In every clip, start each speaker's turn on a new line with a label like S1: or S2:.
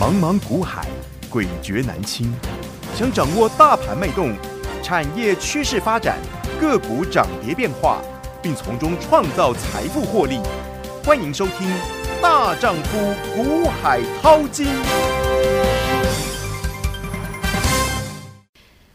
S1: 茫茫股海，诡谲难清。想掌握大盘脉动、产业趋势发展、个股涨跌变化，并从中创造财富获利，欢迎收听《大丈夫股海淘金》。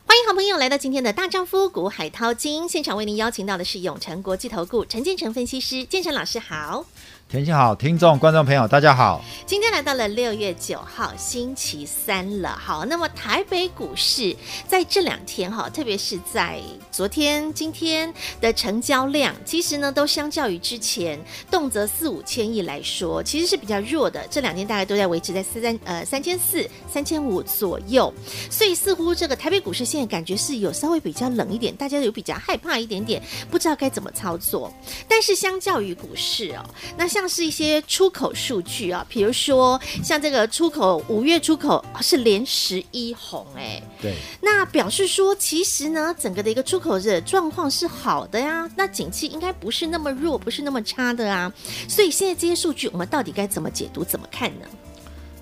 S2: 欢迎好朋友来到今天的大丈夫股海淘金现场，为您邀请到的是永诚国际投顾陈建成分析师，建成老师好。
S3: 田心好，听众、观众朋友，大家好。
S2: 今天来到了六月九号星期三了，好，那么台北股市在这两天哈，特别是在昨天、今天的成交量，其实呢都相较于之前动辄四五千亿来说，其实是比较弱的。这两天大概都在维持在四三呃三千四、三千五左右，所以似乎这个台北股市现在感觉是有稍微比较冷一点，大家有比较害怕一点点，不知道该怎么操作。但是相较于股市哦，那像是一些出口数据啊，比如说像这个出口五月出口是连十一红哎、
S3: 对，
S2: 那表示说其实呢，整个的一个出口的状况是好的呀，那景气应该不是那么弱，不是那么差的啊。所以现在这些数据我们到底该怎么解读、怎么看呢？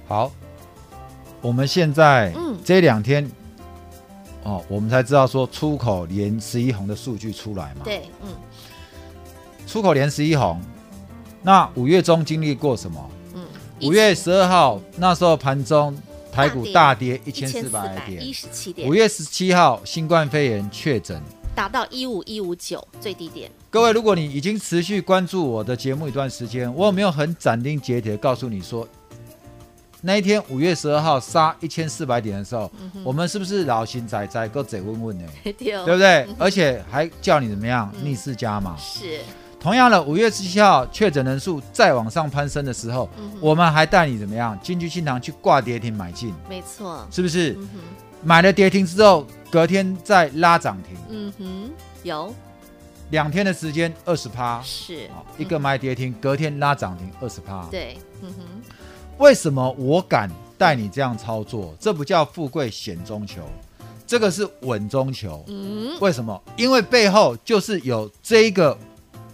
S3: 好，我们现在
S2: 嗯
S3: 这两天、哦，我们才知道说出口连十一红的数据出来嘛。，
S2: 对，嗯
S3: 出口连十一红，那五月中经历过什么？
S2: 嗯，
S3: 五月十二号那时候盘中台股
S2: 大
S3: 大跌一
S2: 一
S3: 千四百
S2: 一
S3: 点，
S2: 十七点
S3: 五，月十七号新冠肺炎确诊。
S2: 达到一五一五九最低点，
S3: 各位，如果你已经持续关注我的节目一段时间，我有没有很斩钉截铁地告诉你说，那一天五月十二号杀一千四百点的时候，
S2: 嗯
S3: 我们是不是老行仔仔够嘴问问呢？
S2: 对哦
S3: 对不对？而且还叫你怎么样
S2: 嗯
S3: 逆势加码？
S2: 是，
S3: 同样的，五月十七号确诊人数再往上攀升的时候，
S2: 嗯哼
S3: 我们还带你怎么样进去新塘去挂跌停买进，
S2: 没错，
S3: 是不是？
S2: 嗯哼，
S3: 买了跌停之后，隔天再拉涨停，
S2: 嗯哼，有
S3: 两天的时间二十趴。
S2: 是
S3: 好，一个买跌停，隔天拉涨停二十趴。
S2: 对，嗯哼，
S3: 为什么我敢带你这样操作？这不叫富贵险中求，这个是稳中求。
S2: 嗯，
S3: 为什么？因为背后就是有这个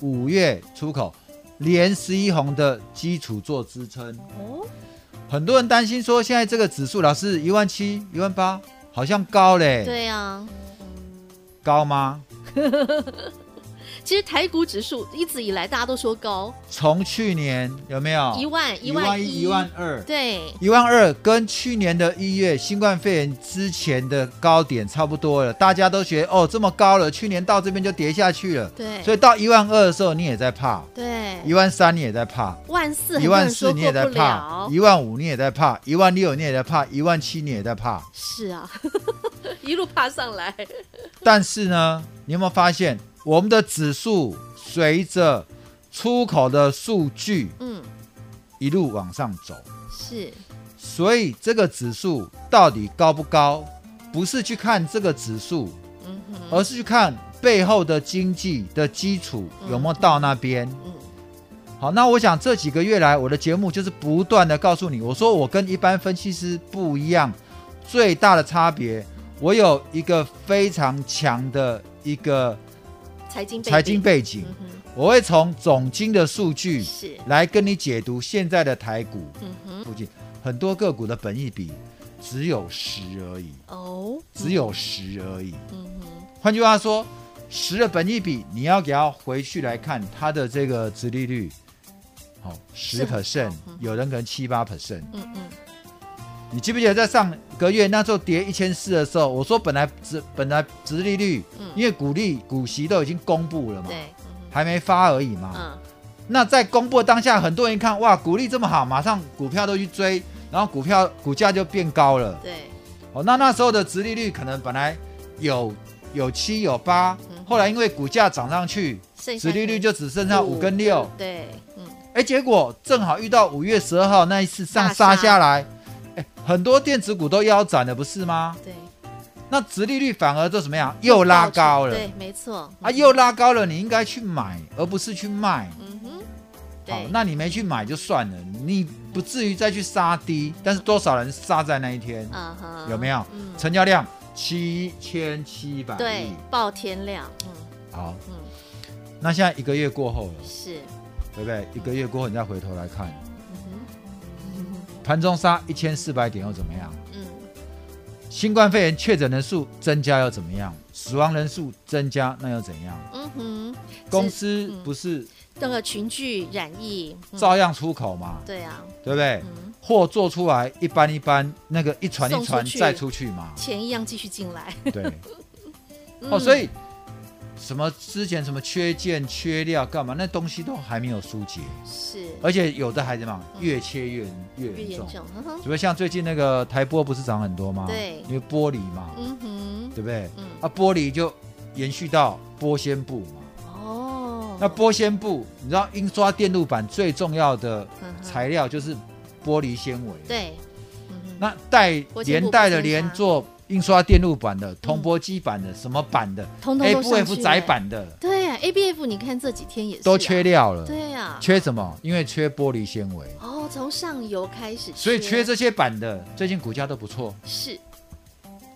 S3: 五月出口连十一红的基础做支撑。
S2: 哦，
S3: 很多人担心说，现在这个指数老师一万七、一万八，好像高嘞，
S2: 对啊，
S3: 高吗？
S2: 其实台股指数一直以来大家都说高，
S3: 从去年有没有
S2: 一万
S3: 啊一
S2: 一
S3: 万
S2: 万
S3: 一、一万，二？
S2: 对，
S3: 一万二跟去年的一月新冠肺炎之前的高点差不多了，大家都觉得哦这么高了，去年到这边就跌下去了，
S2: 对
S3: 所以到一万二的时候你也在怕，一
S2: 对，
S3: 万三你也在怕，
S2: 万四很
S3: 一
S2: 多人
S3: 万
S2: 说
S3: 四你也
S2: 过
S3: 在
S2: 不
S3: 怕，
S2: 了，
S3: 一万五你也在怕，一万六你也在怕，一万七你也在怕。
S2: 是 啊，一路爬上来，
S3: 但是呢，你有没有发现我们的指数随着出口的数据
S2: 嗯，
S3: 一路往上走？
S2: 是，
S3: 所以这个指数到底高不高，不是去看这个指数，
S2: 嗯哼，
S3: 而是去看背后的经济的基础有没有到那边。
S2: 嗯，
S3: 好，那我想这几个月来，我的节目就是不断的告诉你，我说我跟一般分析师不一样，最大的差别，我有一个非常强的一个
S2: 财经背
S3: 财经
S2: 景，
S3: 背景，
S2: 嗯哼，
S3: 我会从总经的数据
S2: 是，
S3: 来跟你解读现在的台股。
S2: 嗯哼，
S3: 附近，很多个股的本益比只有十而已，
S2: 哦，
S3: 只有十而已。
S2: 嗯哼，
S3: 换句话说，十的本益比你要给它回去来看它的这个殖利率，好十
S2: 是很高
S3: percent，
S2: 嗯
S3: 有人可能七八 percent。
S2: 嗯嗯，
S3: 你记不记得在上个月那时候跌一千四的时候，我说本来殖本来殖利率，
S2: 嗯
S3: 因为股利股息都已经公布了嘛，
S2: 对，嗯
S3: 还没发而已嘛。
S2: 哼，嗯
S3: 那在公布的当下，很多人一看哇，股利这么好，马上股票都去追，然后股票股价就变高了
S2: 嗯，。对，
S3: 哦，那那时候的殖利率可能本来有有七有八
S2: 嗯，
S3: 后来因为股价涨上去，
S2: 剩下
S3: 殖利率
S2: 可
S3: 就只剩
S2: 能
S3: 下五跟六。
S2: 对，嗯，
S3: 哎，结果正好遇到五月十二号那一次上
S2: 大杀
S3: 杀下来，哎，很多电子股都腰斩了，不是吗？
S2: 对，
S3: 那殖利率反而就怎么样，又拉高了
S2: 对，嗯没错，
S3: 啊，又拉高了，你应该去买，而不是去卖。
S2: 嗯哼，
S3: 好
S2: 对，，
S3: 那你没去买就算了，你不至于再去杀低，但是多少人杀在那一天，
S2: 嗯哼，
S3: 有没有？
S2: 嗯，
S3: 成交量七千七百
S2: 对
S3: 亿。，
S2: 爆天量，嗯
S3: 好，
S2: 嗯，
S3: 那现在一个月过后了，
S2: 是，
S3: 对不对？一个月过后你再回头来看，
S2: 嗯哼，
S3: 盘中杀一千四百点又怎么样？
S2: 嗯
S3: 新冠肺炎确诊人数增加又怎么样？死亡人数增加那又怎样？
S2: 嗯哼，
S3: 公司
S2: 嗯
S3: 不是
S2: 那个群聚染疫，嗯
S3: 照样出口嘛，
S2: 对啊，
S3: 对不对？
S2: 嗯，
S3: 货做出来一般一般，那个一船一
S2: 送
S3: 船
S2: 出去嗯
S3: 再出去嘛，
S2: 钱一样继续进来。
S3: 对。 哦，所以什么之前什么缺件、缺料干嘛，那东西都还没有疏解，
S2: 嗯是
S3: 而且有的还怎么样，
S2: 嗯
S3: 越切越
S2: 越
S3: 越严
S2: 严
S3: 重。
S2: 重，嗯哼，
S3: 除了像最近那个台玻不是涨很多吗？
S2: 对
S3: 因为玻璃嘛，
S2: 嗯哼，
S3: 对不对？
S2: 嗯
S3: 啊，玻璃就延续到玻纤布嘛。
S2: 哦，
S3: 那玻纤布，你知道印刷电路板最重要的
S2: 嗯哼
S3: 材料就是玻璃纤维。。
S2: 对，嗯哼，
S3: 那带
S2: 玻纤布
S3: 连带的
S2: 不见
S3: 连
S2: 它
S3: 做印刷电路板的、铜箔基板的、什么板的、
S2: 嗯通通
S3: A
S2: 都
S3: F
S2: 上去
S3: F 窄版的
S2: 对啊，ABF 你看这几天也是啊
S3: 都缺，料了。
S2: 对啊，
S3: 缺什么？因为缺玻璃纤维，
S2: 哦，从上游开始，
S3: 所以缺这些板的，最近股价都不错，
S2: 是，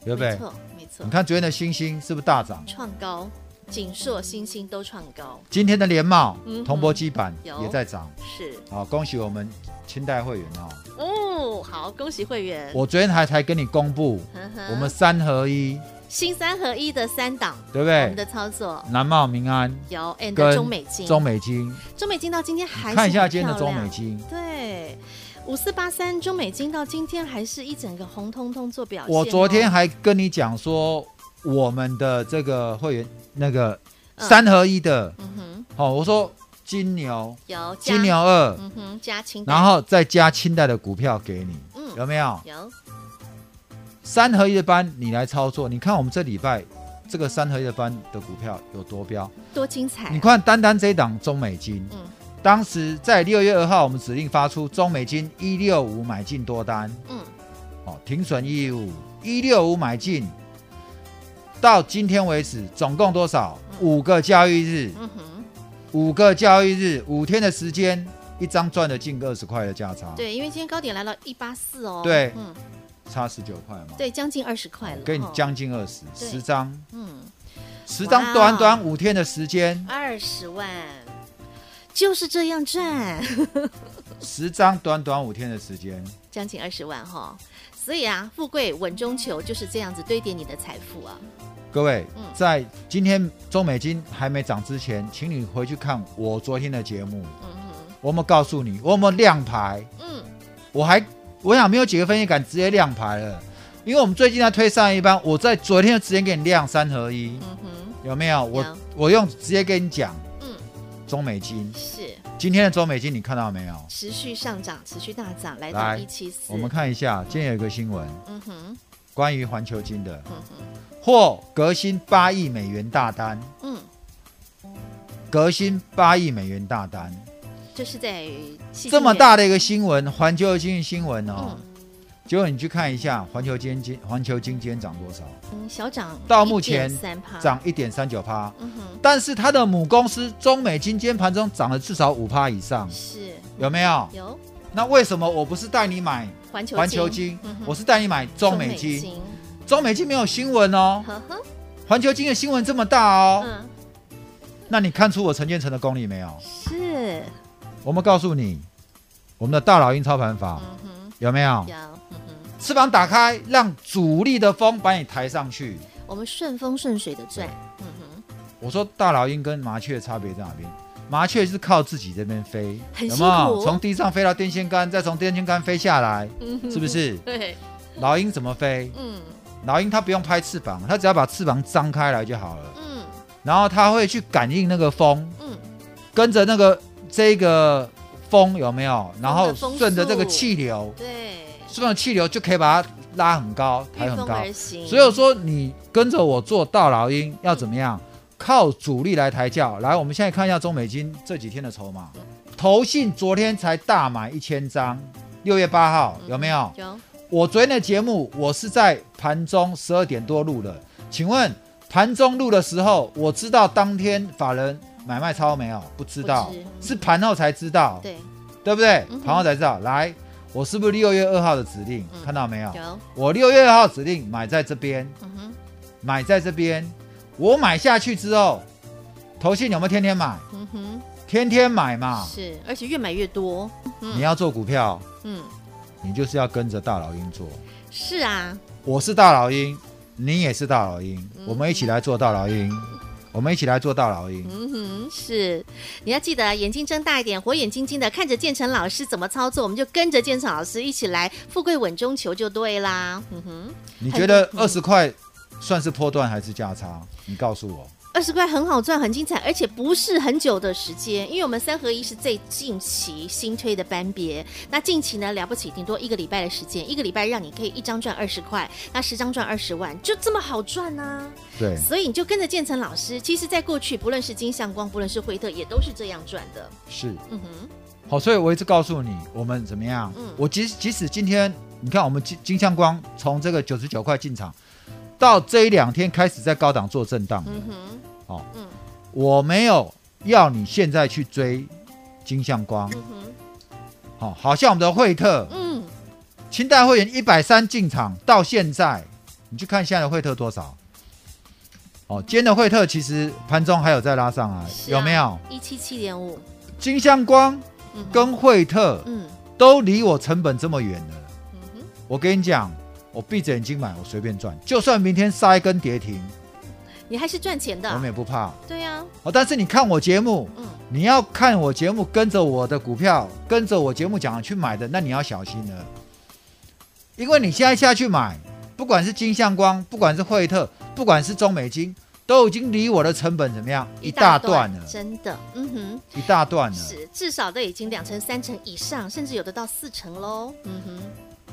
S3: 对不对
S2: 没？错，没错
S3: 你，看昨天的星星是不是大涨？
S2: 创高，锦硕、星星都创高，
S3: 今天的联茂
S2: 嗯哼、
S3: 铜箔基板
S2: 有
S3: 也在涨。
S2: 是，
S3: 好，恭喜我们清代会员哦！
S2: 哦，好，恭喜会员，
S3: 我昨天还才跟你公布，
S2: 呵呵
S3: 我们三合一，
S2: 新三合一的三档，
S3: 对不
S2: 我们
S3: 对？
S2: 的操作
S3: 南茂、民安
S2: 有 and
S3: 跟
S2: 中美金，
S3: 中美金，
S2: 中美金到今天还是
S3: 看一下
S2: 很
S3: 今天的
S2: 漂
S3: 中
S2: 亮
S3: 美金，
S2: 对，五四八三中美金到今天还是一整个红彤彤做表现哦、
S3: 我昨天还跟你讲说，我们的这个会员那个
S2: 嗯
S3: 三合一的，
S2: 嗯哼
S3: 好、我说金牛、
S2: 有加
S3: 金牛二，
S2: 嗯哼加清代，
S3: 然后再加清代的股票给你，
S2: 嗯
S3: 有没有？
S2: 有
S3: 三合一的班你来操作，你看我们这礼拜这个三合一的班的股票有多标？
S2: 多精彩、
S3: 你看单单这一档中美金，
S2: 哎嗯
S3: 当时在六月二号我们指令发出，中美金一六五买进多单，
S2: 嗯
S3: 哦，停损一五一六五买进，到今天为止总共多少？五个交易日，
S2: 嗯哼，
S3: 五个交易日，五天的时间，一张赚了近二十块的价差，
S2: 对，因为今天高点来了一八四哦，
S3: 对
S2: 嗯
S3: 差十九块嘛，
S2: 对，将近二十块了，
S3: 跟你
S2: 哦，
S3: 将近二十，
S2: 对
S3: 十张，
S2: 嗯，
S3: 十
S2: 哇
S3: 张短短五天的时间，
S2: 二十万就是这样赚，
S3: 十张短短五天的时间，
S2: 将近二十万哈、所以啊，富贵稳中求就是这样子堆叠你的财富啊，
S3: 各位
S2: 嗯，
S3: 在今天中美金还没涨之前，请你回去看我昨天的节目，
S2: 嗯哼
S3: 我有没有告诉你，我有没有亮牌？
S2: 嗯
S3: 我还我想没有几个分析敢直接亮牌了，因为我们最近在推上一班，我在昨天就直接给你亮三合一，
S2: 嗯哼
S3: 有没有？我
S2: 有
S3: 我用直接跟你讲
S2: 嗯
S3: 中美金，
S2: 是。
S3: 今天的中美金你看到没有？
S2: 持续上涨，持续大涨，来到
S3: 来
S2: 一七四。
S3: 我们看一下，今天有一个新闻，
S2: 嗯哼，
S3: 关于环球金的
S2: 嗯哼，
S3: 获革新八亿美元大单，
S2: 嗯，
S3: 革新八亿美元大单，
S2: 这是在细心
S3: 这么
S2: 人，
S3: 大的一个新闻，环球金新闻哦。
S2: 嗯
S3: 结果你去看一下，环球金今环球金今天涨多少？
S2: 嗯，小涨
S3: 到目前
S2: 三趴，
S3: 涨一点三九趴。
S2: 嗯哼，
S3: 但是它的母公司中美金今天盘中涨了至少五趴以上，
S2: 是
S3: 有没有？
S2: 有
S3: 那为什么我不是带你买
S2: 环球
S3: 环球金
S2: 嗯，哼
S3: 我是带你买中美金？，中美金没有新闻哦，
S2: 呵呵，
S3: 环球金的新闻这么大哦，
S2: 嗯，
S3: 那你看出我陈建成的功力没有？
S2: 是，
S3: 我们告诉你，我们的大老鹰操盘法
S2: 嗯哼，
S3: 有没有
S2: 有，？嗯哼，
S3: 翅膀打开，让主力的风把你抬上去。
S2: 我们顺风顺水的赚， 嗯
S3: 我说大老鹰跟麻雀的差别在哪边？麻雀是靠自己这边飞，
S2: 很
S3: 有
S2: 辛
S3: 没有？
S2: 苦嗯
S3: 从地上飞到电线杆，再从电线杆飞下来，
S2: 哼，
S3: 是不？是？
S2: 对，
S3: 老鹰怎么飞？
S2: 嗯
S3: 老鹰它不用拍翅膀，它只要把翅膀张开来就好了。
S2: 嗯
S3: 然后它会去感应那个风，
S2: 嗯，
S3: 跟着那个这个风有没有？然后
S2: 风速
S3: 顺着这个气流，
S2: 对，
S3: 顺着气流就可以把它拉很高，
S2: 御
S3: 抬很
S2: 风
S3: 高
S2: 而。行，嗯
S3: 所以我说你跟着我做大老鹰要怎么样？靠主力来抬轿。来，我们现在看一下中美金这几天的筹码。投信昨天才大买一千张，六月八号有没有？哦
S2: 有，
S3: 我昨天的节目我是在盘中十二点多录的，请问盘中录的时候，我知道当天法人买卖超没有？不知道
S2: 不知，嗯
S3: 是盘后才知道，
S2: 对，
S3: 对不对
S2: 嗯哼？
S3: 盘后才知道。来，我是不是六月二号的指令
S2: 嗯
S3: 看到没有？
S2: 有，
S3: 我六月二号指令买在这边，
S2: 嗯哼，
S3: 买在这边，我买下去之后，投信有没有天天买？
S2: 嗯哼，
S3: 天天买嘛。
S2: 是，而且越买越多，嗯
S3: 你要做股票，
S2: 嗯，
S3: 你就是要跟着大老鹰做。
S2: 是啊，
S3: 我是大老鹰，你也是大老鹰，
S2: 嗯
S3: 我们一起来做大老鹰，我们一起来做大老鹰。
S2: 嗯哼，是，你要记得眼睛睁大一点，火眼金睛的看着建成老师怎么操作，我们就跟着建成老师一起来富贵稳中求就对啦。嗯哼，
S3: 你觉得二十块算是波段还是价差？你告诉我。
S2: 二十块很好赚，很精彩，而且不是很久的时间，因为我们三合一是最近期新推的班别。那近期呢，了不起，顶多一个礼拜的时间，一个礼拜让你可以一张赚二十块，那十张赚二十万，就这么好赚呢、
S3: 对，
S2: 所以你就跟着建成老师，其实在过去，不论是金相光，不论是惠特，也都是这样赚的。
S3: 是。
S2: 嗯哼，
S3: 好，所以我一直告诉你，我们怎么样？
S2: 嗯
S3: 我即即使今天，你看我们金金相光从这个九十九块进场，到这一两天开始在高档做震荡的，
S2: 嗯哼，
S3: 哦，
S2: 嗯
S3: 我没有要你现在去追金相光，
S2: 嗯哼，
S3: 好、好像我们的惠特
S2: 嗯，
S3: 清代会员一百三进场到现在，你去看现在的惠特多少？哦，今天的惠特其实盘中还有再拉上来，
S2: 是啊
S3: 有没有？
S2: 一七七点五，
S3: 金相光
S2: 嗯哼，
S3: 跟惠特
S2: 嗯
S3: 都离我成本这么远了。
S2: 嗯哼，
S3: 我跟你讲，我闭着眼睛买，我随便赚，就算明天杀一根跌停，
S2: 你还是赚钱
S3: 我
S2: 的
S3: 们，也不怕。
S2: 对呀、啊，
S3: 哦，但是你看我节目，
S2: 嗯
S3: 你要看我节目，跟着我的股票，跟着我节目讲去买的，那你要小心了，因为你现在下去买，不管是金相光，不管是惠特，不管是中美金，都已经离我的成本怎么样一大段了，
S2: 真的，嗯哼。
S3: 一大段了。
S2: 是，至少都已经两成、三成以上，甚至有的到四成喽。嗯哼，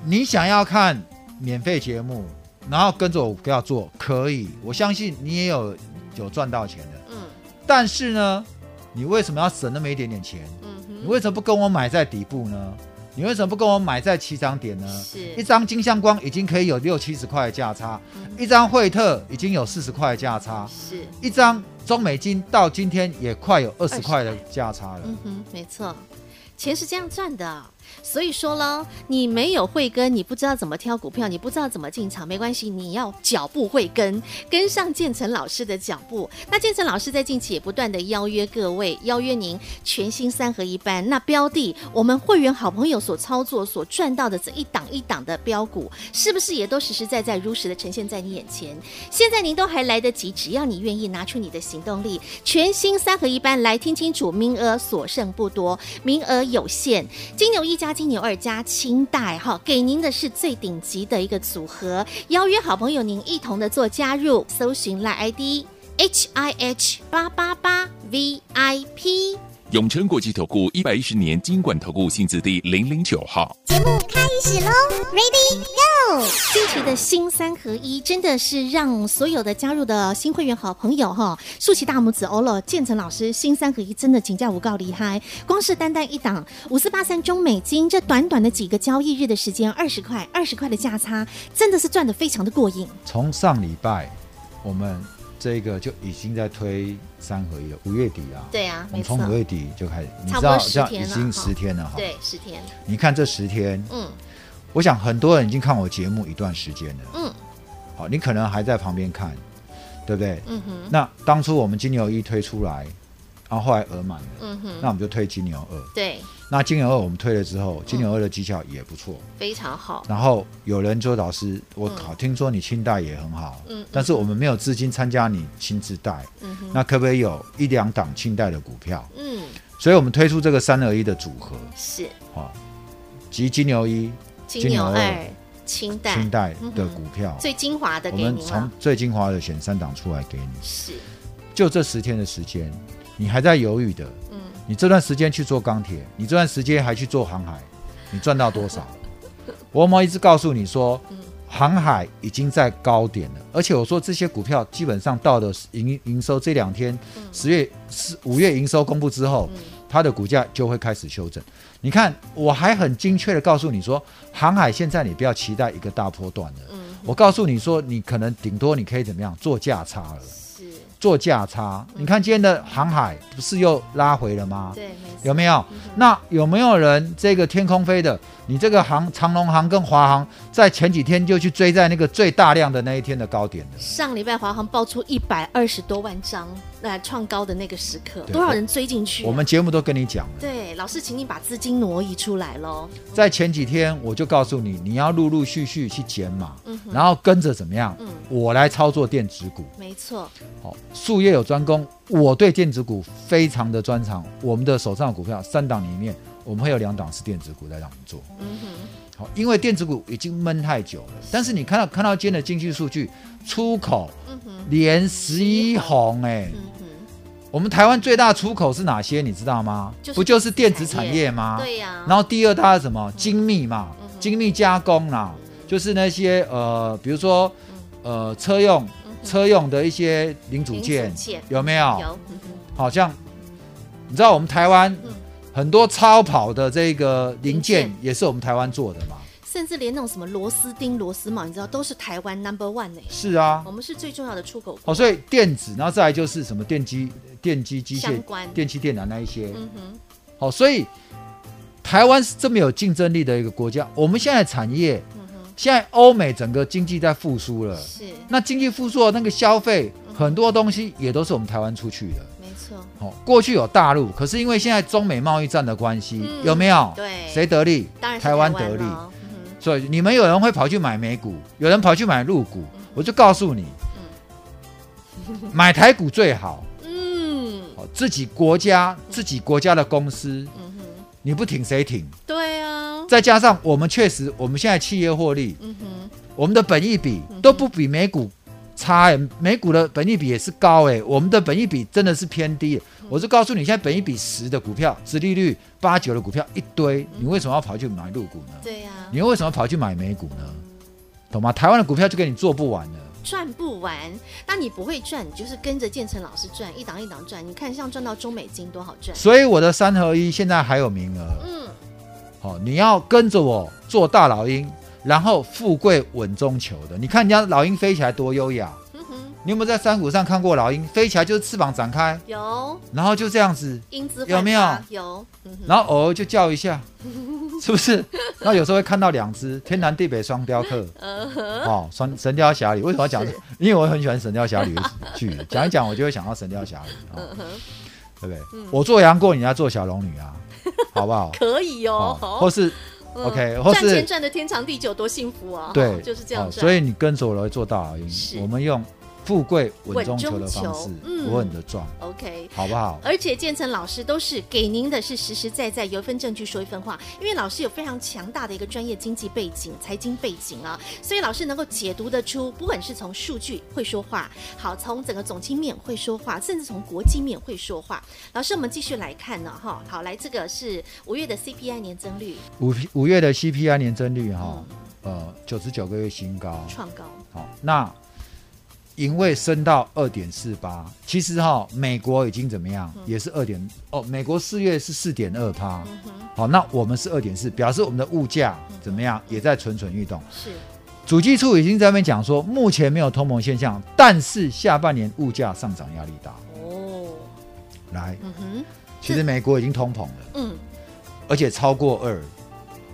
S3: 你想要看免费节目，然后跟着我不要做，可以，我相信你也有有赚到钱的。
S2: 嗯
S3: 但是呢，你为什么要省那么一点点钱？你
S2: 嗯
S3: 为什么不跟我买在底部呢？你为什么不跟我买在起涨点呢
S2: 哼，？
S3: 一
S2: 是，
S3: 张金相光已经可以有六七十块的价差，一张惠特已经有四十块的价差，
S2: 是，
S3: 一张中美金到今天也快有二十
S2: 20
S3: 块的价差了。
S2: 嗯哼，没错，钱是这样赚的。所以说喽，你没有慧根，你不知道怎么挑股票，你不知道怎么进场，没关系，你要脚步慧根，跟上建成老师的脚步。那建成老师在近期也不断的邀约各位，邀约您全新三合一班。那标的，我们会员好朋友所操作、所赚到的这一档一档的标股，是不是也都实实在在、如实的呈现在你眼前？现在您都还来得及，只要你愿意拿出你的行动力，全新三合一班来听清楚，名额所剩不多，名额有限。金牛一加金牛二加清代哈，给您的是最顶级的一个组合，邀约好朋友您一同的做加入，搜寻赖 ID H I H 八八八 V I P。
S4: 永诚国际投顾一百一十年金管投顾性质第零零九号。
S2: 近期的新三合一真的是让所有的加入的新会员好朋友哈，竖起大拇指哦了。建成老师新三合一真的请假无告厉害，光是单单一档五四八三中美金，这短短的几个交易日的时间，二十块二十块的价差，真的是赚的非常的过瘾。
S3: 从上礼拜我们这个就已经在推三合一了，五月底啊，
S2: 对啊
S3: 我们从五月底就开始，你
S2: 差
S3: 知
S2: 不多
S3: 道
S2: 十
S3: 这样
S2: 天
S3: 已
S2: 了
S3: 经
S2: 哈
S3: 十天了哈。
S2: 对，十天，
S3: 你看这十天，
S2: 嗯
S3: 我想很多人已经看我节目一段时间了，
S2: 嗯
S3: 好，你可能还在旁边看，对不对？
S2: 嗯哼
S3: 那当初我们金牛一推出来，然后后来额满了，
S2: 嗯哼，
S3: 那我们就推金牛二。
S2: 对，
S3: 那金牛二我们推了之后，金牛二的绩效也不错。
S2: 非常好，
S3: 然后有人说老师，我考听说你清代也很好，
S2: 嗯
S3: 但是我们没有资金参加你新自带，
S2: 嗯哼，
S3: 那可不可以有一两档清代的股票？
S2: 嗯
S3: 所以我们推出这个三二一的组合，
S2: 是
S3: 哦，集金牛一、
S2: 金牛二清淡
S3: 哦清代的股票，
S2: 嗯最精华的
S3: 我
S2: 给
S3: 们
S2: 您
S3: 从
S2: 了，
S3: 最精华的选三档出来给你。
S2: 是
S3: 就这十天的时间，你还在犹豫的，
S2: 嗯
S3: 你这段时间去做钢铁，你这段时间还去做航海，你赚到多 少？我有没有一直告诉你说，
S2: 嗯
S3: 航海已经在高点了，而且我说这些股票基本上到了营营收这两天，
S2: 嗯
S3: 十月十五月营收公布之后，它的股价就会开始修正。你看，我还很精确的告诉你说，航海现在你不要期待一个大波段了，
S2: 嗯
S3: 我告诉你说，你可能顶多你可以怎么样做价差了。
S2: 是，
S3: 做价差。你看今天的航海不是又拉回了吗？
S2: 嗯对，嗯没错，
S3: 有没有？那有没有人这个天空飞的？你这个航长龙航跟华航在前几天就去追在那个最大量的那一天的高点的？
S2: 上礼拜华航爆出一百二十多万张，那创高的那个时刻，
S3: 对
S2: 多少人追进去啊、
S3: 我们节目都跟你讲了，
S2: 对老师，请你把资金挪移出来喽。
S3: 在前几天我就告诉你，你要陆陆续续去减码，然后跟着怎么样
S2: 嗯？
S3: 我来操作电子股。
S2: 没错，
S3: 好，术业有专攻，我对电子股非常的专长。我们的手上的股票三档里面，我们会有两档是电子股来让我们做。
S2: 嗯哼，
S3: 好，因为电子股已经闷太久了，但是你看到看到今天的经济数据，出口
S2: 嗯哼，
S3: 连十一红哎、
S2: 嗯哼，
S3: 我们台湾最大出口是哪些？你知道吗？
S2: 就是
S3: 不就是电子产业吗？
S2: 对呀、
S3: 然后第二大是什么？
S2: 嗯
S3: 精密嘛，精密加工啦、就是那些呃，比如说
S2: 嗯
S3: 呃车用车用的一些零组件，
S2: 零组件
S3: 有没有？
S2: 有，嗯哼，
S3: 好像你知道我们台湾
S2: 嗯
S3: 很多超跑的这个零
S2: 零
S3: 件
S2: 件
S3: 也是我们台湾做的嘛？
S2: 甚至连那种什么螺丝钉、螺丝帽，你知道，都是台湾 number one 呢、
S3: 是啊哦
S2: 我，们是最哦重要的出口国。
S3: 好，所以电子，然后再来就是什么电机、电机机械
S2: 相关、
S3: 电气电缆那一些，
S2: 嗯哼，
S3: 好，所以台湾是这么有竞争力的一个国家。我们现在产业，
S2: 嗯哼，
S3: 现在欧美整个经济在复苏了，
S2: 是，
S3: 那经济复苏的那个消费，
S2: 嗯
S3: 很多东西也都是我们台湾出去的。
S2: 没错，
S3: 哦，过去有大陆，可是因为现在中美贸易战的关系，
S2: 嗯
S3: 有没有？
S2: 对
S3: 谁得利？
S2: 当然是
S3: 台
S2: 湾
S3: 得利。
S2: 咯嗯
S3: 所以你们有人会跑去买美股，有人跑去买陆股，
S2: 嗯
S3: 我就告诉你，买台股最好。
S2: 哼，嗯，
S3: 哦，自己国家自己国家的公司，
S2: 嗯哼，
S3: 你不挺谁挺？
S2: 对啊，
S3: 再加上我们确实，我们现在企业获利，
S2: 嗯哼，
S3: 我们的本益比都不比美股差、欸，美股的本益比也是高哎、我们的本益比真的是偏低、欸
S2: 嗯
S3: 我是告诉你，现在本益比十的股票，殖利率八九的股票一
S2: 嗯
S3: 堆，你为什么要跑去买入股呢？
S2: 对啊，
S3: 你为什么跑去买美股呢？懂吗？台湾的股票就给你做不完了。
S2: 赚不完，那你不会赚，你就是跟着建成老师赚，一档一档赚。你看，像赚到中美金多好赚，
S3: 所以我的三合一现在还有名额。
S2: 嗯，
S3: 好、哦你要跟着我做大老鹰，然后富贵稳中求的。你看人家老鹰飞起来多优雅，
S2: 嗯哼，
S3: 你有没有在山谷上看过老鹰飞起来就是翅膀展开，
S2: 有
S3: 然后就这样子，
S2: 英资
S3: 有没有
S2: 换发有，嗯哼，
S3: 然后偶尔就叫 一下，是不是？然后有时候会看到两只天南地北双雕刻，哦，双《神雕侠侣》为什么要讲这
S2: 嗯是？
S3: 因为我很喜欢《神雕侠侣》的 剧，讲一讲我就会想到《神雕侠侣》
S2: 嗯
S3: 哦，对不对？我做杨过，你要做小龙女啊，好不好？
S2: 可以 哦，
S3: 哦，或是
S2: 嗯
S3: OK，或
S2: 赚钱
S3: 是
S2: 赚的天长地久，多幸福啊！
S3: 对，
S2: 就是这样
S3: 哦
S2: 赚。
S3: 所以你跟着我来做大老鹰
S2: 是，
S3: 我们用富贵稳中求的
S2: 稳中求
S3: 方式
S2: 嗯，
S3: 稳稳的赚，
S2: OK。
S3: 好不好？
S2: 而且建成老师都是给您的是实实在在，有一份证据说一份话，因为老师有非常强大的一个专业经济背景、财经背景啊，所以老师能够解读得出，不管是从数据会说话，好，从整个总经面会说话，甚至从国际面会说话。老师，我们继续来看呢，哈，好，来这个是五月的 CPI 年增率
S3: 五五月的 CPI 年增率哈、
S2: 嗯
S3: 呃，九十九个月新高。
S2: 创高，
S3: 好、那因为升到二点四八，其实哈、美国已经怎么样，
S2: 嗯
S3: 也是二点哦，美国四月是四点二趴。好，那我们是二点四，表示我们的物价
S2: 嗯
S3: 怎么样，也在蠢蠢欲动。
S2: 是
S3: 主计处已经在那边讲说，目前没有通膨现象，但是下半年物价上涨压力大。
S2: 哦，
S3: 来，
S2: 嗯哼，
S3: 其实美国已经通膨了，
S2: 嗯
S3: 而且超过二，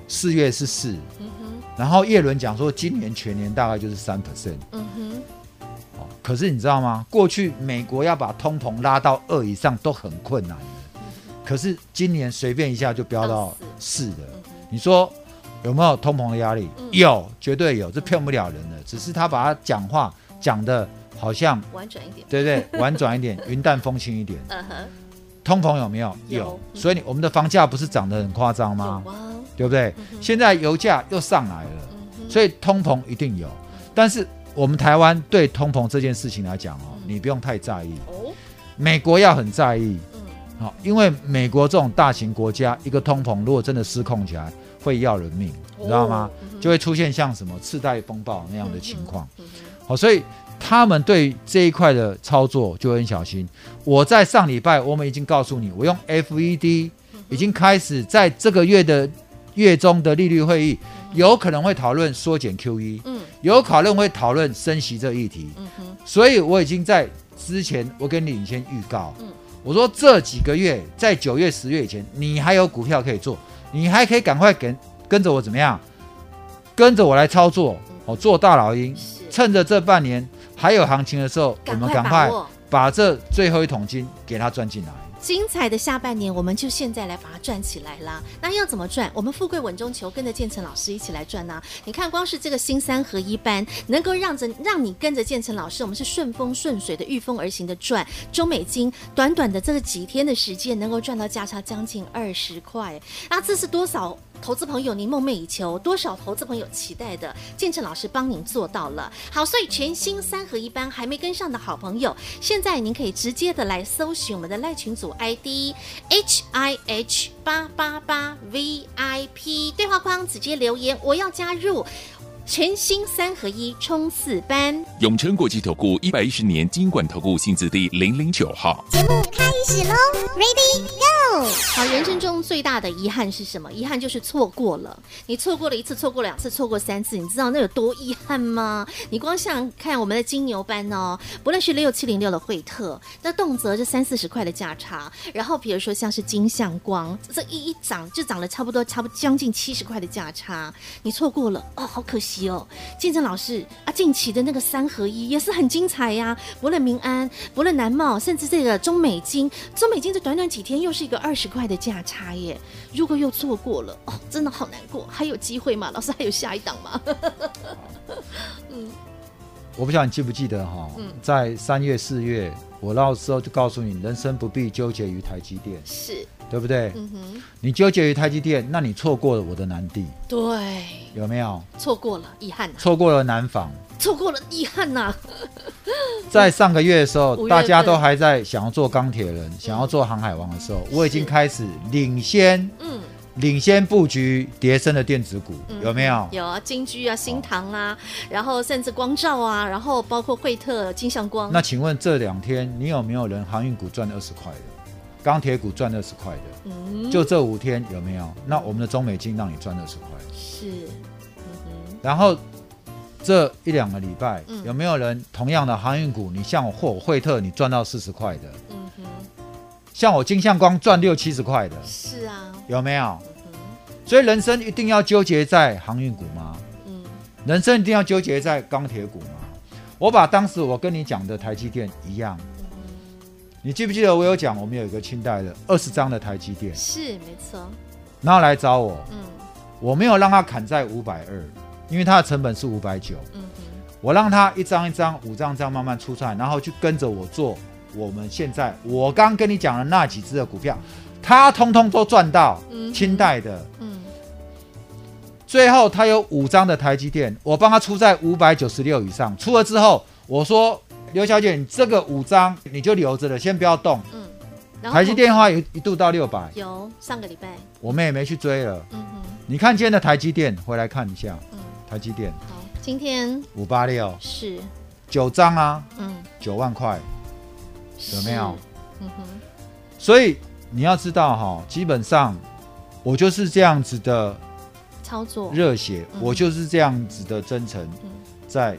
S3: 四月是四，
S2: 嗯哼，
S3: 然后叶伦讲说，今年全年大概就是三 percent。
S2: 嗯哼，
S3: 哦，可是你知道吗？过去美国要把通膨拉到二以上都很困难的可是今年随便一下就飙到四了。你说有没有通膨的压力？有，绝对有，这骗不了人的。只是他把他讲话讲的好像
S2: 婉转一点，
S3: 对不对？婉转一点，云淡风轻一点。
S2: 嗯哼，
S3: 通膨有没有？
S2: 有嗯
S3: 所以你我们的房价不是涨得很夸张
S2: 有嗯
S3: 吗？
S2: 啊，
S3: 对不对？现在油价又上来了，所以通膨一定有。但是我们台湾对通膨这件事情来讲哦，
S2: 嗯
S3: 你不用太在意，
S2: 哦，
S3: 美国要很在意，
S2: 嗯。
S3: 好、因为美国这种大型国家，一个通膨如果真的失控起来，会要人命，你知道吗？就会出现像什么次贷风暴那样的情况。
S2: 哦嗯哼
S3: 好、所以他们对这一块的操作就很小心。我在上礼拜我们已经告诉你，我用
S2: 嗯
S3: FED 已经开始在这个月的月中的利率会议，有可能会讨论缩减 QE，
S2: 嗯
S3: 有可能会讨论升息这议题。
S2: 嗯哼，
S3: 所以我已经在之前我跟你领先预告
S2: 嗯，
S3: 我说这几个月在九月、十月以前，你还有股票可以做，你还可以赶快跟跟着我怎么样，跟着我来操
S2: 嗯
S3: 作，哦，做大老鹰。
S2: 是
S3: 趁着这半年还有行情的时候，我
S2: 赶
S3: 们
S2: 快
S3: 赶
S2: 把
S3: 快
S2: 握，
S3: 把这最后一桶金给它赚进来。
S2: 精彩的下半年，我们就现在来把它赚起来啦。那要怎么赚？我们富贵稳中求，跟着建成老师一起来赚呐、你看，光是这个新三合一班，能够让着让你跟着建成老师，我们是顺风顺水的御风而行的赚。中美金短短的这个几天的时间，能够赚到价差将近二十块，那这是多少？投资朋友，您梦寐以求，多少投资朋友期待的，建成老师帮您做到了。好，所以全新三合一班还没跟上的好朋友，现在您可以直接的来搜寻我们的赖群组 ID H I H 八八八 V I P 对话框，直接留言我要加入全新三合一冲刺班。
S4: 永诚国际投顾一百一十年金管投顾新字第零零九号。
S2: 好，人生中最大的遗憾是什么？遗憾就是错过了。你错过了一次，错过两次，错过三次，你知道那有多遗憾吗？你光想看我们的金牛班哦，不论是六七零六的惠特，那动辄就三四十块的价差。然后比如说像是金相光，这一一涨就涨了差不多差不多将近七十块的价差，你错过了哦，好可惜哦。建成老师啊，近期的那个三合一也是很精彩呀、不论民安，不论南茂，甚至这个中美金，中美金这短短几天又是一个二十块的价差耶。如果又错过了，哦，真的好难过。还有机会吗？老师还有下一档 吗？
S3: 我不晓得你记不记得哈、
S2: 嗯
S3: 在三月、四月，我那时候就告诉你，人生不必纠结于台积电，
S2: 是，
S3: 对不对？
S2: 嗯哼，
S3: 你纠结于台积电，那你错过了我的南地，
S2: 对，
S3: 有没有？
S2: 错过了，遗憾啊呐、
S3: 错过了南 纺。
S2: 错过了，遗憾啊呐、
S3: 在上个月的时
S2: 五
S3: 候，
S2: 月嗯
S3: 大家都还在想要做钢铁人、想要做航海王的时候，我已经开始领先
S2: 嗯，
S3: 领先布局叠升的电子股，有没有？哦
S2: 有啊，金居啊，新唐啊，然后甚至光照啊，然后包括惠特、金相光，
S3: 那请问这两天你有没有人航运股赚二十块的，钢铁股赚二十块的？
S2: 嗯，
S3: 就这五天有没有？那我们的中美金让你赚二十块，
S2: 是，嗯
S3: 然后这一两个礼拜
S2: 嗯
S3: 有没有人同样的航运股，你像我或我惠特，你赚到四十块的，
S2: 哼，嗯哼，
S3: 像我金相光赚六七十块的，
S2: 是啊，
S3: 有没有？所以人生一定要纠结在航运股吗？
S2: 嗯，
S3: 人生一定要纠结在钢铁股吗？我把当时我跟你讲的台积电一样，你记不记得我有讲我们有一个清代的二十张的台积电，
S2: 是没错，
S3: 然后来找我，
S2: 嗯
S3: 我没有让他砍在五百二，因为它的成本是五百九，
S2: 嗯哼，
S3: 我让他一张一张、五张一张慢慢出来，然后去跟着我做。我们现在我刚跟你讲的那几只的股票，他通通都赚到
S2: 嗯，
S3: 清代的。
S2: 嗯，
S3: 最后他有五张的台积电，我帮他出在五百九十六以上。出了之后，我说刘小姐，你这个五张你就留着了，先不要动。
S2: 嗯然后
S3: 台积电的话一一度到六百，
S2: 有上个礼拜，
S3: 我们也没去追了。
S2: 嗯哼，
S3: 你看今天的台积电，回来看一下，
S2: 嗯，
S3: 台积电
S2: 好，今天
S3: 五八六
S2: 是，
S3: 九张啊，
S2: 嗯，
S3: 九万块。有没有
S2: 是？嗯哼，
S3: 所以你要知道哈、基本上我就是这样子的
S2: 操作，
S3: 热血，
S2: 嗯
S3: 我就是这样子的真诚
S2: 嗯，
S3: 在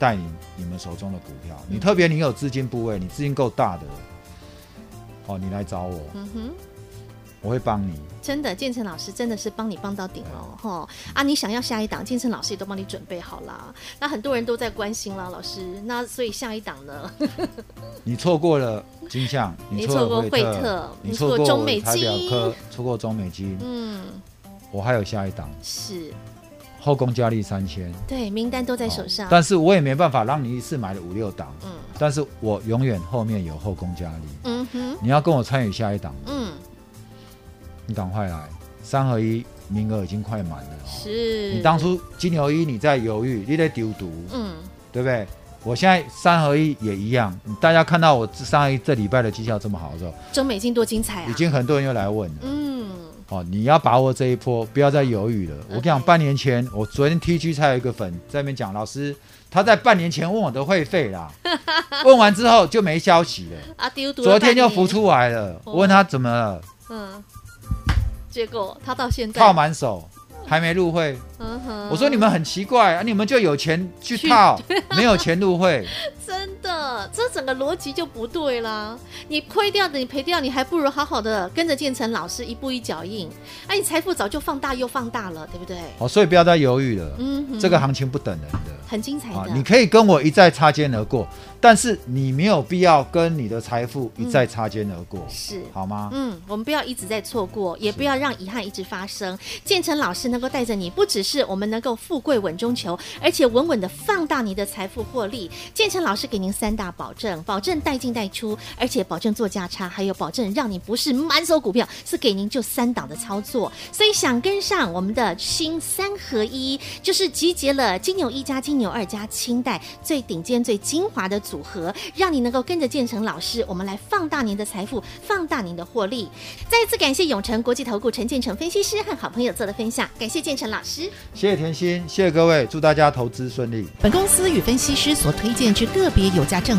S3: 带领你们手中的股票。你特别你有资金部位，你资金够大的，哦，你来找我，
S2: 嗯哼。
S3: 我会帮你。
S2: 真的，建成老师真的是帮你帮到顶了哈啊！你想要下一档，建成老师也都帮你准备好啦。那很多人都在关心啦，老师，那所以下一档呢？
S3: 你错过了金像，
S2: 你
S3: 你
S2: 错
S3: 错
S2: 过
S3: 过惠
S2: 惠
S3: 特
S2: 特，
S3: 你
S2: 你错
S3: 错
S2: 过
S3: 过
S2: 中美
S3: 台表
S2: 金
S3: 科，错过中美金，
S2: 嗯，
S3: 我还有下一档
S2: 是
S3: 后宫佳丽三千，哦
S2: 对，名单都在手上。
S3: 但是我也没办法让你一次买了五六档，
S2: 嗯
S3: 但是我永远后面有后宫佳丽。
S2: 嗯哼，
S3: 你要跟我参与下一档，
S2: 嗯
S3: 你赶快来，三合一名额已经快满了、哦。
S2: 是。
S3: 你当初金牛一你在犹豫，你在丢毒，
S2: 嗯
S3: 对不对？我现在三合一也一样，大家看到我三合一这礼拜的绩效这么好的时候，
S2: 中美金多精彩啊！
S3: 已经很多人又来问了。
S2: 嗯
S3: 哦，你要把握这一波，不要再犹豫了。我跟你讲，半年前我昨天 T G 才有一个粉在那边讲，老师他在半年前问我的会费 啦，问完之后就没消息了，
S2: 啊丢毒了
S3: 昨天
S2: 半年
S3: 又
S2: 哦
S3: 浮出来了。我问他怎么了，
S2: 嗯，结果他到现在
S3: 套满手还没入会，
S2: 嗯哼，
S3: 我 说你们很奇怪啊，你们就有钱去套，没有钱入会，
S2: 真的，这整个逻辑就不对啦。你亏掉的，你赔掉，你还不如好好的跟着建成老师一步一脚印，哎、你财富早就放大又放大了，对不对？
S3: 哦，所以不要再犹豫了，
S2: 嗯哎哼
S3: 这个行情不等人的
S2: 很精彩
S3: 啊
S2: 的，！
S3: 你可以跟我一再擦肩而过，但是你没有必要跟你的财富一
S2: 嗯
S3: 再擦肩而过，
S2: 是
S3: 好吗？
S2: 嗯，我们不要一直在错过，也不要让遗憾一直发生。建成老师能够带着你，不只是我们能够富贵稳中求，而且稳稳的放大你的财富获利。建成老师给您三大保证：保证带进带出，而且保证做价差，还有保证让你不是满手股票，是给您就三档的操作。所以想跟上我们的新三合一，就是集结了金牛一加金牛二加清代最顶尖、最精华的组合，让你能够跟着建成老师，我们来放大您的财富，放大您的获利。再次感谢永诚国际投顾陈建成分析师和好朋友做的分享，感谢建成老师。
S3: 谢谢甜心，谢谢各位，祝大家投资顺利。
S5: 本公司与分析师所推荐之个别有价证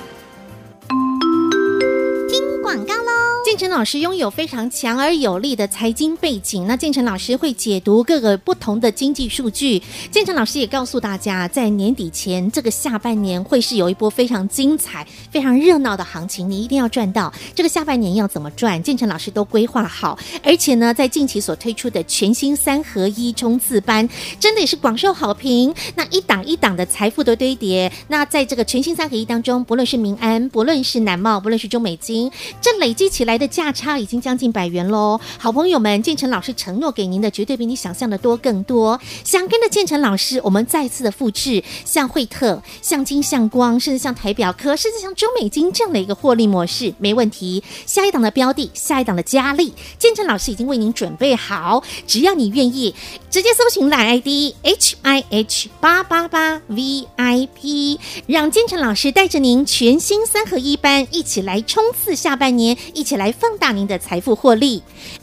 S2: 广告喽。建成老师拥有非常强而有力的财经背景，那建成老师会解读各个不同的经济数据。建成老师也告诉大家，在年底前这个下半年会是有一波非常精彩、非常热闹的行情，你一定要赚到。这个下半年要怎么赚，建成老师都规划好，而且呢，在近期所推出的全新三合一冲刺班，真的也是广受好评。那一档一档的财富的堆叠，那在这个全新三合一当中，不论是民安，不论是南茂，不论是中美金，这累积起来的价差已经将近百元喽。好朋友们，建成老师承诺给您的绝对比你想象的多更多。想跟着建成老师，我们再次的复制像惠特、像金、像光，甚至像台表科，甚至像中美金这样的一个获利模式，没问题。下一档的标的，下一档的佳丽，建成老师已经为您准备好，只要你愿意，直接搜寻懒 ID H I H 八八八 V I P，让建成老师带着您全新三合一班一起来冲刺下半年，一起来放大您的财富获利。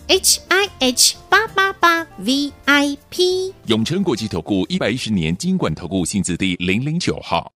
S2: H I H 八八八 V I P。
S4: 永诚国际投顾一百一十年金管投顾性质第零零九号。